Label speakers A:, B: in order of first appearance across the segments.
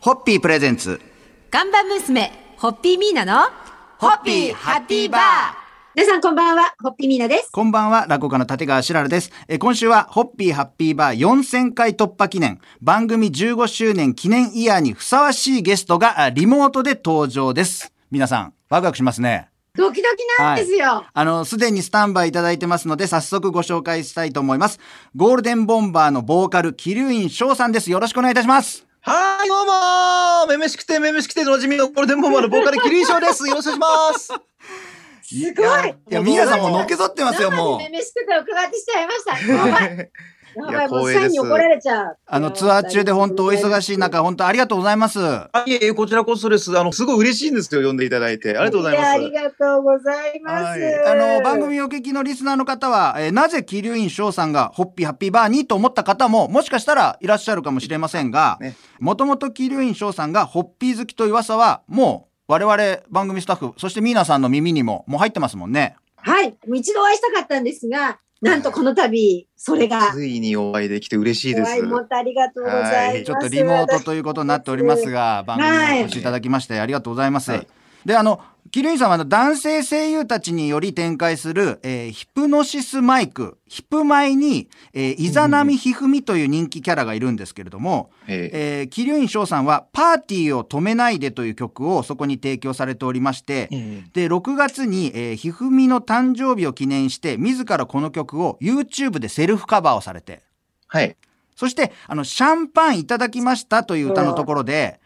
A: ホッピープレゼンツ。
B: ガンバ娘、ホッピーミーナの、
A: ホッピーハッピーバー
B: 皆さんこんばんは、ホッピーミーナです。
A: こんばんは、落語家の立川しららです。えー今週は、ホッピーハッピーバー4000回突破記念、番組15周年記念イヤーにふさわしいゲストがあリモートで登場です。皆さん、ワクワクしますね。
B: ドキドキなんですよ。
A: あの、すでにスタンバイいただいてますので、早速ご紹介したいと思います。ゴールデンボンバーのボーカル、キリュウイン翔さんです。よろしくお願いいたします。
C: はーい、どうもーめめしくて、めめしくて、おなじみのゴールデンボンバーのボーカル、キリンショウです。よろしくお願いします。
B: すご
A: い
B: い。
A: や、いや皆さんものけぞってますよ、もう
B: 生。で飯食ったら伺ってしちゃいました。やばい。やばい、もう
C: 光栄です
B: 社員に怒られちゃう。
A: あの、ツアー中で本当お忙しい中、本当ありがとうございます。
C: あ、いえいえ、こちらこそです。あの、すごい嬉しいんですよ、呼んでいただいて。ありがとうござい
B: やあ
C: ま
B: り
C: す。
B: がとうございます。
C: はい
A: あの、番組をお聞きのリスナーの方は、えーなぜ桐生院翔さんがホッピーハッピーバーにと思った方も、もしかしたらいらっしゃるかもしれませんが
C: ね、
A: もともと桐生院翔さんがホッピー好きという噂は、もう我々番組スタッフ、そしてミーナさんの耳にも、もう入ってますもんね。
B: はい。もう一度お会いしたかったんですが、なんとこの度、それが。
C: ついにお会いできて嬉しいです。
B: はい、もっとありがとうございます。
A: ちょっとリモートということになっておりますが、番組にお越しいただきましてありがとうございます。
C: はい
A: で、あの、キリンさんはあの男性声優たちにより展開する、えーヒプノシスマイク、ヒプマイに、えー、イザナミヒフミという人気キャラがいるんですけれども、
C: ええ
A: えー、キリュウイン翔さんはパーティーを止めないでという曲をそこに提供されておりまして、で、6月に、えー、ひふみの誕生日を記念して、自らこの曲を YouTube でセルフカバーをされて、
C: はい。
A: そして、あの、シャンパンいただきましたという歌のところで、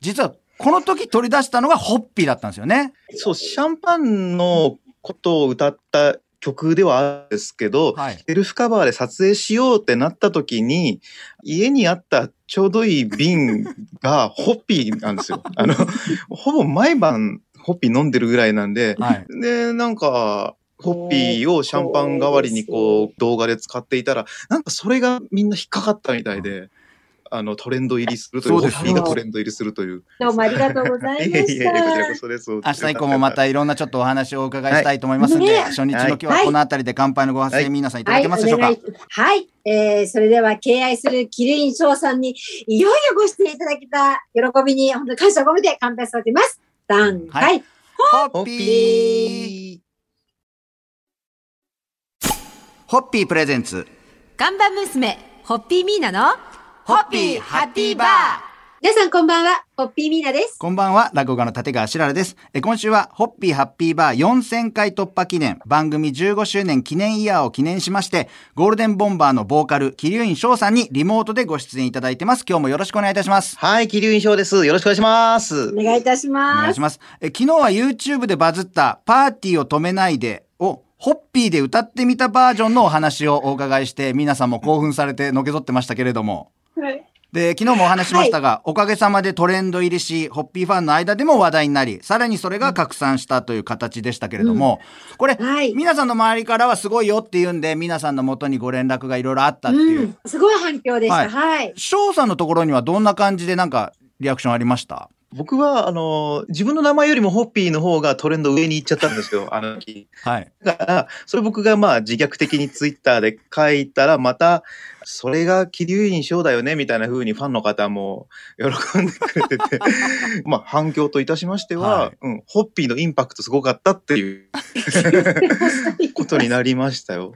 A: 実はこの時取り出したのがホッピーだったんですよね。
C: そう、シャンパンのことを歌った曲ではあるんですけど、
A: はい。
C: セルフカバーで撮影しようってなった時に、家にあったちょうどいい瓶がホッピーなんですよ。あの、ほぼ毎晩ホッピー飲んでるぐらいなんで、
A: はい。
C: で、なんか、ホッピーをシャンパン代わりにこう動画で使っていたら、なんかそれがみんな引っかかったみたいで、あのトレンド入りするという、
A: そ
C: ホ
A: うです
C: ッピーがトレンド入りするという。
B: どうもありがとうございま
C: ええ
B: し
C: いえ、こちら
B: た
C: こ。そです。
A: 明日以降もまたいろんなちょっとお話をお伺いしたいと思いますので、
B: はい
A: 初日の今日ははいこの辺りで乾杯のご発声、
C: はい
A: 皆さんいただ
B: はい、
A: け
B: お
A: ますでしょうか。
B: 願いします。はい、えー、それでは敬愛するキリン翔さんに、いよいよご出演いただけた喜びに、本当に感謝を込めて乾杯させています。ダン、
A: は
B: はいい。
A: ホッ
C: ホッ
A: ピー
C: ピー。
A: ホッピープレゼンツ。
B: ガンバ娘、ホッピーミーナの、
A: ホッピーハッピーバー
B: 皆さんこんばんは、ホッピーミーナです。
A: こんばんは、落語家の立川しららです。え今週は、ホッピーハッピーバー4000回突破記念、番組15周年記念イヤーを記念しまして、ゴールデンボンバーのボーカル、桐生院翔さんにリモートでご出演いただいてます。今日もよろしくお願いいたします。
C: はい、気流印象です。よろしくお願いします
B: お。願いいたし
A: お願
B: ま
A: いし
B: す。
A: ます。え昨日は YouTube でバズった、パーティーを止めないで、を、ホッピーで歌ってみたバージョンのお話をお伺いして、皆さんも興奮されてのけぞってましたけれども。
B: はい
A: で、昨日もお話ししましたが、おかげさまでトレンド入りし、ホッピーファンの間でも話題になり、さらにそれが拡散したという形でしたけれども、これ、
B: はい。。、
A: 皆さんの周りからはすごいよっていうんで、皆さんのもとにご連絡がいろいろあったっていううん
B: すごい反響でし
A: は
B: た。
A: い
B: はい。
A: 翔、さんのところにはどんな感じでなんかリアクションありました
C: 僕は、あの、自分の名前よりもホッピーの方がトレンド上に行っちゃったんですよ、あの時。
A: はい。
C: だから、それ僕がまあ自虐的にツイッターで書いたら、また、それが桐生院翔だよね、みたいな風にファンの方も喜んでくれてて、まあ反響といたしましては、
A: はい
C: うん、ホッピーのインパクトすごかったっていうことになりましたよ。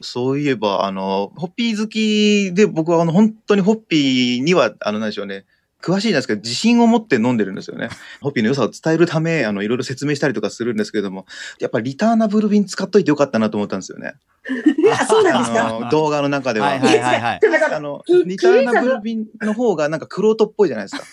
C: そういえば、あの、ホッピー好きで僕はあの本当にホッピーには、あの、なんでしょうね。詳しいんですけど、自信を持って飲んでるんですよね。ホッピーの良さを伝えるため、あの、いろいろ説明したりとかするんですけれども、やっぱリターナブル便使っといてよかったなと思ったんです よね。
B: あそうなんですか
C: あの動画の中では。
A: はいはいはいはい。
B: ちょっとだから
C: あの、
B: き
C: リターナブル便の方がなんか玄人っぽいじゃないですか。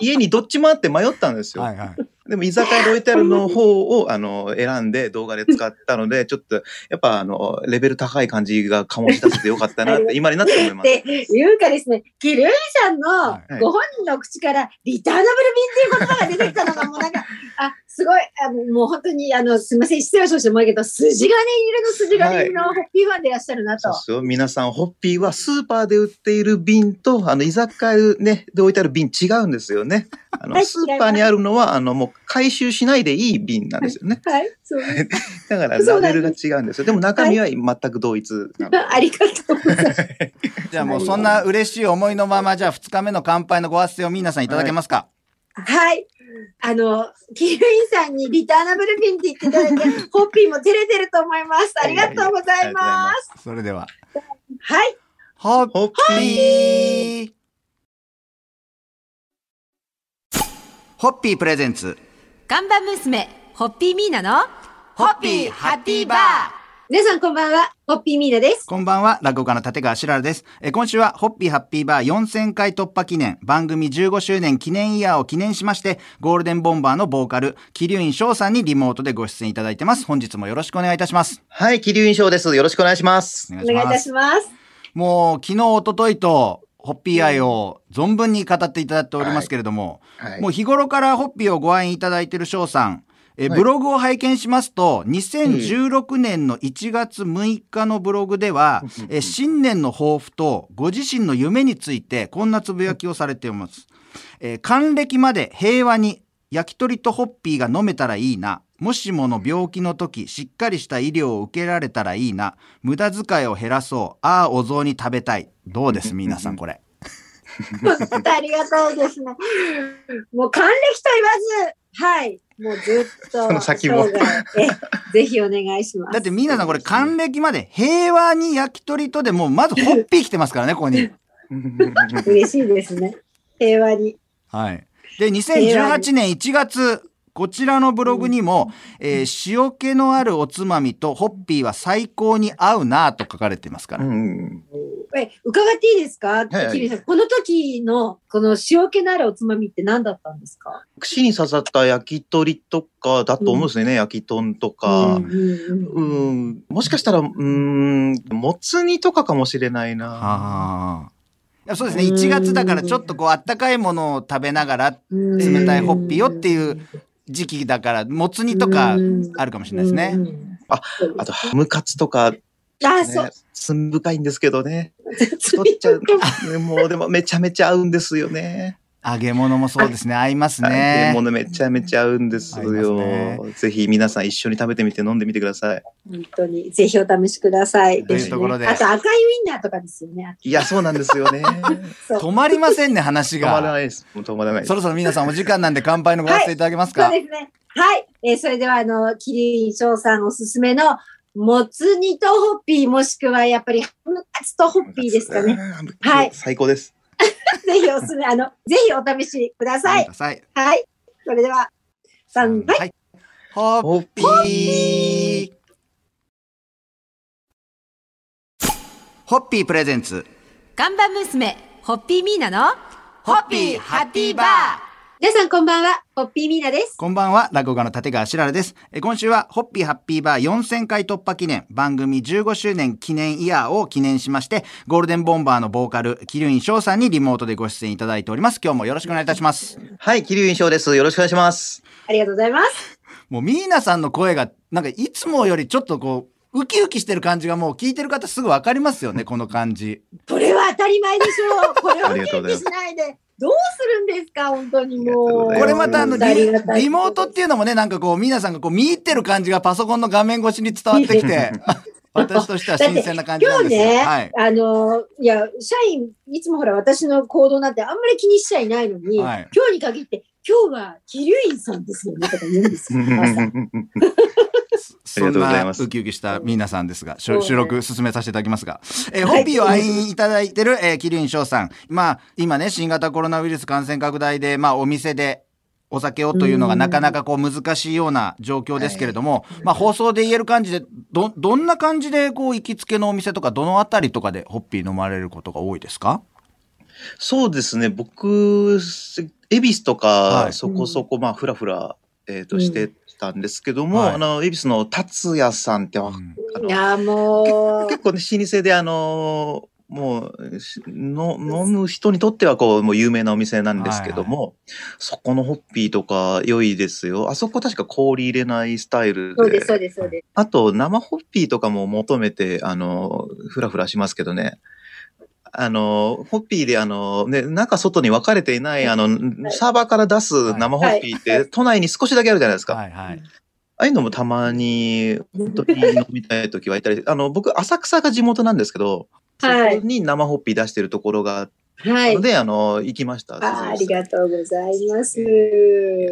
C: 家にどっちもあって迷ったんですよ。
A: はいはい。
C: でも居酒屋で置いてあるの方をあの選んで動画で使ったので、ちょっとやっぱあの、レベル高い感じが醸し出せてよかったな って今になって思いま
B: っ
C: す。
B: ていうかですね、キルイさんの
A: はい
B: ご本人の口からリターナブル便っていう言葉が出てきたのがもう なんか、あ、すごい、あのもう本当に、あの、すみません、失礼をしましてもいいけど、筋金入りの筋金入りのホッピーファンでいらっしゃるなと。
C: そうそう皆さん、ホッピーはスーパーで売っている 瓶と、あの、居酒屋でね、で置いてある瓶違うんですよね。
B: は
C: あの、
B: い
C: スーパーにあるのは、あの、もう回収しないでいい瓶なんですよね。
B: はい、そうです。
C: だから
B: そうな
C: ラベ
B: んで
C: ル
B: す
C: が違うんですよ。でも中身は全く同一なので。
B: ありがとうございます。
A: じゃあもうそんな嬉しい思いのまま、じゃあ2日目の乾杯のご発声を皆さんいただけますか。
B: はい。あの、キルインさんにリターナブルピンって言っていただいて、 ホッピーも照れてると思います。ありがとうございます。
A: それでは。
B: はい。
A: ホッ
C: ホッピー
A: ピーホッピープレゼンツ。
D: ガンバ娘、ホッピーミーナの、
A: ホッピーハッピーバー
B: 皆さんこんばんは。ホッピーミーナです。
A: こんばんは、落語家の立川しららです。えー今週は、ホッピーハッピーバー4000回突破記念、番組15周年記念イヤーを記念しまして、ゴールデンボンバーのボーカル、桐生院翔さんにリモートでご出演いただいてます。本日もよろしくお願いいたします。
C: はい、桐生印象です。よろしくお願いします。
A: お願
B: お願いいたします。
A: もう、昨日、一昨日と、ホッピー愛を存分に語っていただいておりますけれども、
C: はい、
A: もう日頃からホッピーをご愛飲いただいている翔さん、えー
C: はい
A: ブログを拝見しますと、2016年の1月6日のブログでは、
C: うん
A: えー新年の抱負とご自身の夢についてこんなつぶやきをされています。えー還暦まで平和に焼き鳥とホッピーが飲めたらいいな。もしもの病気の時、しっかりした医療を受けられたらいいな。無駄遣いを減らそう。ああ、お雑煮食べたい。どう です皆さんこれ。
B: 本当ありがたいですね。もう還暦と言わず、はい。もうずっと。
C: その先も
B: 生涯えぜひお願いします。
A: だって皆さんこれ還暦まで平和に焼き鳥とでもうまずホッピー来てます からね、ここに。
B: 嬉しいですね。平和に。
A: はい。で、2018年1月、こちらのブログにも、えー塩気のあるおつまみとホッピーは最高に合うなと書かれてますか
C: う
A: ら。
C: ん
B: え、伺っていいですか、
C: いはい
B: キリさん。この時の、この塩気のあるおつまみって何だったんですか
C: 串に刺さった焼き鳥とかだと思うんですよね、焼き豚とか。
B: うんうんうん
C: うん、もしかしたら、うん、もつ煮とかかもしれないな。
A: ああ。いやそうですね、1月だからちょっとこう、あったかいものを食べながら、冷たいホッピーよっていう時期だから、もつ煮とかあるかもしれないですね。
B: ね。
C: あと、ハムカツとか、ね、
B: あ、そう。
C: 罪深いんですけどね。太っちゃう。ねもう、でもめちゃめちゃ合うんですよね。
A: 揚げ物もそうですね、合います
C: はいで
A: ね
C: も。ね、めちゃめちゃ合うんです
A: 合います
C: よ。
A: ね
C: ぜひ皆さん一緒に食べてみて飲んでみてください。
B: 本当に、ぜひお試しください。
C: という
B: すね
A: ところで
B: あと赤いウインナーとかですよね。
C: いや、そうなんです よね。
B: そう。
A: 止まりませんね、話
C: 止まら
A: が。
C: ないです。もう止まらないです
A: そ。ろそろ皆さんお時間なんで乾杯のご発声いただけますか、
B: そうですね。はい。えーそれでは、あの、桐生翔さんおすすめの、もつ煮とホッピー、もしくはやっぱりハムカツとホッピーですか ね。
C: あー。
B: はい
C: 最高です。
B: ぜひおすすめ、あの、ぜひお試しください
A: く。ださい。
B: はい。それでは、乾杯。
A: はい。ホッ
C: ホッ
A: ピー。ホッピープレゼンツ。
D: ガンバ娘、ホッピーミーナの、
A: ホッピーハッピーバー
B: 皆さんこんばんは、ホッピーミーナです。
A: こんばんは、落語家の立川しららです。え今週は、ホッピーハッピーバー4000回突破記念、番組15周年記念イヤーを記念しまして、ゴールデンボンバーのボーカル、桐生翔さんにリモートでご出演いただいております。今日もよろしくお願いいたします。
C: はい、桐生印象です。よろしくお願いし ます。
B: ありがとうございます。
A: もう、ミーナさんの声が、なんか、いつもよりちょっとこう、ウキウキしてる感じがもう聞いてる方すぐわかりますよね、この感じ。
B: これは当たり前でしょ う。これ
C: あ
B: を
C: りがとう
B: 受
C: ご
B: けて
C: ざいま
B: し
C: す
B: ないで、どうするんですか、本当にもう。
C: あり
A: これ
C: がとうござ
A: ま
C: い
A: たあの
C: 本当
A: リ
C: に
A: リモートっていうのもねなんかこう皆さんがこう見入ってる感じがパソコンの画面越しに伝わってき て私としては新鮮な感じなんですよ
B: だって今日ね、
A: はい
B: あの、いや、社員、いつもほら、私の行動なんてあんまり気にしちゃいないのに、
A: はい
B: 今日に限って、今日は桐生院さんですよね、とか言うんですよ。朝
A: そ
C: ありが
A: ん
C: とうござい
A: な
C: ます
A: ウキウキした皆さんですがし
B: そう
A: ょ
B: ね
A: 収録進めさせていただきますが、えー
B: はい
A: ホッピーを愛飲いただいてる、えー、桐生翔さん、まあ、今ね新型コロナウイルス感染拡大で、まあ、お店でお酒をというのが
B: うん
A: なかなかこう難しいような状況ですけれども、まあ、放送で言える感じでどどんな感じでこう行きつけのお店とかどのあたりとかでホッピー飲まれることが多いですか
C: そうですね、僕、恵比寿と
A: は
C: か、
A: い
C: そこそこ、まあ、ふらふら、えっと、してたんですけども、
A: はい
C: あの、恵比寿の達也さんって、あ
B: い
C: の、
B: や、もう、
C: 結構ね、老舗で、あの、もう、しの飲む人にとっては、こう、もう有名なお店なんですけども、そこのホッピーとか良いですよ。あそこ確か氷入れないスタイル
B: そうです、そうです、そうです。
C: あと、生ホッピーとかも求めて、あの、ふらふらしますけどね。あの、ホッピーであの、ね、中外に分かれていない、あの、サーバーから出す生ホッピーっ
B: はい
C: て、都内に少しだけあるじゃないですか。
A: はいはい。
C: ああいうのもたまに、本当に飲みたい時は行ったり、あの、僕、浅草が地元なんですけど、
B: はい
C: そこに生ホッピー出してるところがあっ
B: は
C: た
B: い
C: の。で、あの、行きました。
B: あーあり
C: と
B: がとうございます。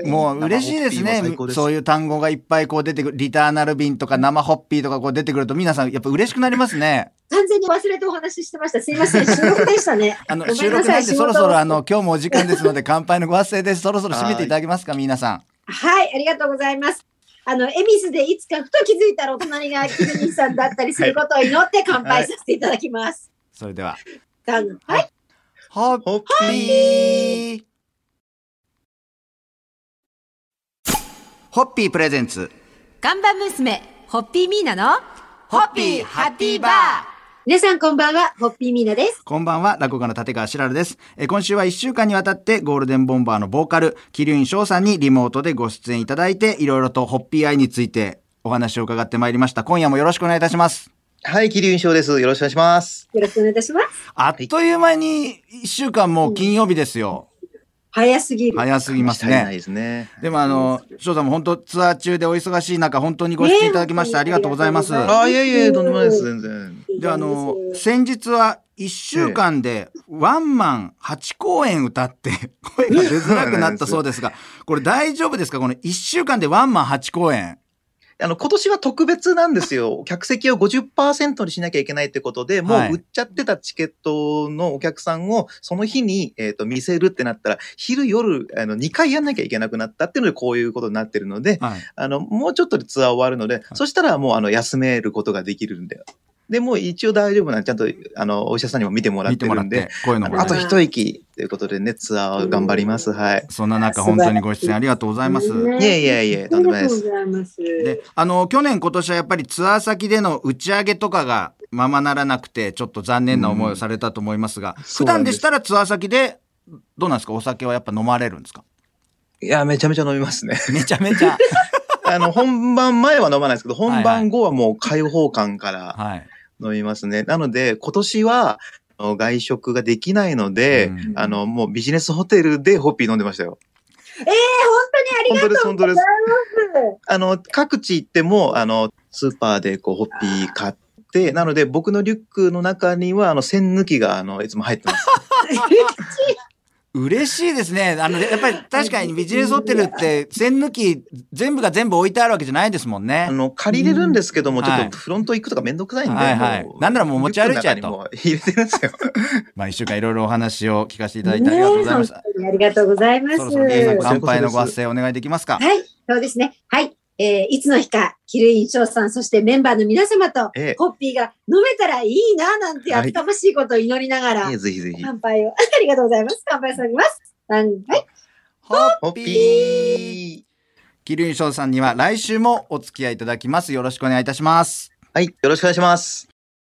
A: もう嬉しいですね
C: 生ホッピーは最高。です
A: そういう単語がいっぱいこう出てくる、リターナル瓶とか生ホッピーとかこう出てくると、皆さんやっぱ嬉しくなりますね。。
B: 完全に忘れてお話ししてました。すいません、収録でしたね
A: あの、
B: ごめ
A: 収
B: んな
A: 録
B: さ
A: ないんでそろそ
B: 仕事
A: ろ
B: を
A: あの、今日もお時間ですので、 乾杯のご発声です。そろそろ締めていただけますか、皆さん。
B: はい、ありがとうございます。あの、恵比寿でいつかふと気づいたらお隣がキルニさんだったりすることを祈って乾杯させていただきます。
A: それでは。
B: 乾杯
A: ホッ
C: ホッピー
A: ピーホッピープレゼンツ。
D: 看板娘、ホッピーミーナの、
A: ホッピーハッピーバー
B: 皆さんこんばんは、ホッピーミーナです。
A: こんばんは、落語家の立川しらるです。えー今週は1週間にわたってゴールデンボンバーのボーカル、桐生翔さんにリモートでご出演いただいて、いろいろとホッピー愛についてお話を伺ってまいりました。今夜もよろしくお願いいたします。
C: はい、桐生印象です。よろしくお願いします。
B: よろしくお願いいたします。
A: あっという間に1週間もう金曜日ですよ。
B: 早すぎる。
A: 早すぎます
C: 足りない
A: ね。
C: ですね。
A: でもあの、翔さんも本当ツアー中でお忙しい中、本当にご出演いただきまして、
B: ねえ
A: ありがとうございます。
B: ありがとうございます
C: ああ、いえいえ、とんでもないです、全然。
A: であの
B: いいです
A: 先日は1週間でワンマン8公演歌って 声が出づらくなったそうですがこれ大丈夫ですかこの1週間でワンマン8公演
C: あの、今年は特別なんで すよ。客席を50%にしなきゃいけないってことで、もう
A: はい
C: 売っちゃってたチケットのお客さんを、その日に、えっ、と、見せるってなったら、昼夜、あの、2回やんなきゃいけなくなったっていうので、こういうことになってるので、
A: はい
C: あの、もうちょっとでツアー終わるので、そしたらもう、あの、休めることができるんで。で、もう一応大丈夫なんで、ちゃんと、あの、お医者さんにも見てもらっ
A: 見
C: て
A: てもらっ
C: るんで
A: て、声
C: あ
A: の
C: の
A: 方
C: あと一息ということでね、ツアーを頑張ります。はい。
A: そんな中本当にご出演ありがとうございます。
B: ね
C: いえいえいえ、
B: あ
C: とん
B: り
C: でも
B: が
C: ないで
B: とう
C: す
B: ご。ざいます。
A: であの去年今年はやっぱりツアー先での打ち上げとかがままならなくてちょっと残念な思いをされたと思いますが、普
C: そうな
A: 段
C: んで
A: ですしたらツアー先でどうなんですかお酒はやっぱ飲まれるん ですか
C: いや、めちゃめちゃ飲みますね。
A: めちゃめちゃ
C: あの、本番前は飲まないですけど、本番後はもう開放感から
A: はい、
C: 飲みますね。なので、今年は、あの外食ができないので、
A: うん
C: あの、もうビジネスホテルでホッピー飲んでましたよ。
B: えー、本当にありがとうございます。
C: あの、各地行っても、あの、スーパーでこう、ホッピー買って、なので、僕のリュックの中には、あの、栓抜きが、あの、いつも入ってます。
A: 嬉しいですね。あの、やっぱり確かにビジネスホテルって、栓抜き全部が全部置いてあるわけじゃないですもんね
C: あ。の、借りれるんですけども、
A: うん
C: ちょ
A: は
C: っ
A: い
C: とフロント行くとかめんどくさいんで、
A: はいはい
C: もう
A: なんならもう持ち歩いちゃえと
C: リュックの中にもう入れてるんですよ。
A: まあ一週間いろいろお話を聞かせていただいてありがとうございました。そ
B: ねえ
A: ろそろ皆さん
C: こちらこそ
A: 乾杯のご発声お願いできますか。
B: はい、そうですね。はい。えーいつの日か、キルイン翔さん、そしてメンバーの皆様と
C: ええ、
B: ホッピーが飲めたらいいな、なんて
C: はい
B: 厚かましいことを祈りながら、
C: いえぜひぜひ。
B: 乾杯を、ありがとうございます。乾杯させていただきます。乾杯。
A: ホ
C: ホ
A: ッ
C: ッ
A: ピー
C: ピー
A: キリンショウさんには来週もお付き合いいただきます。よろしくお願いいたします。
C: はい、よろしくお願いします。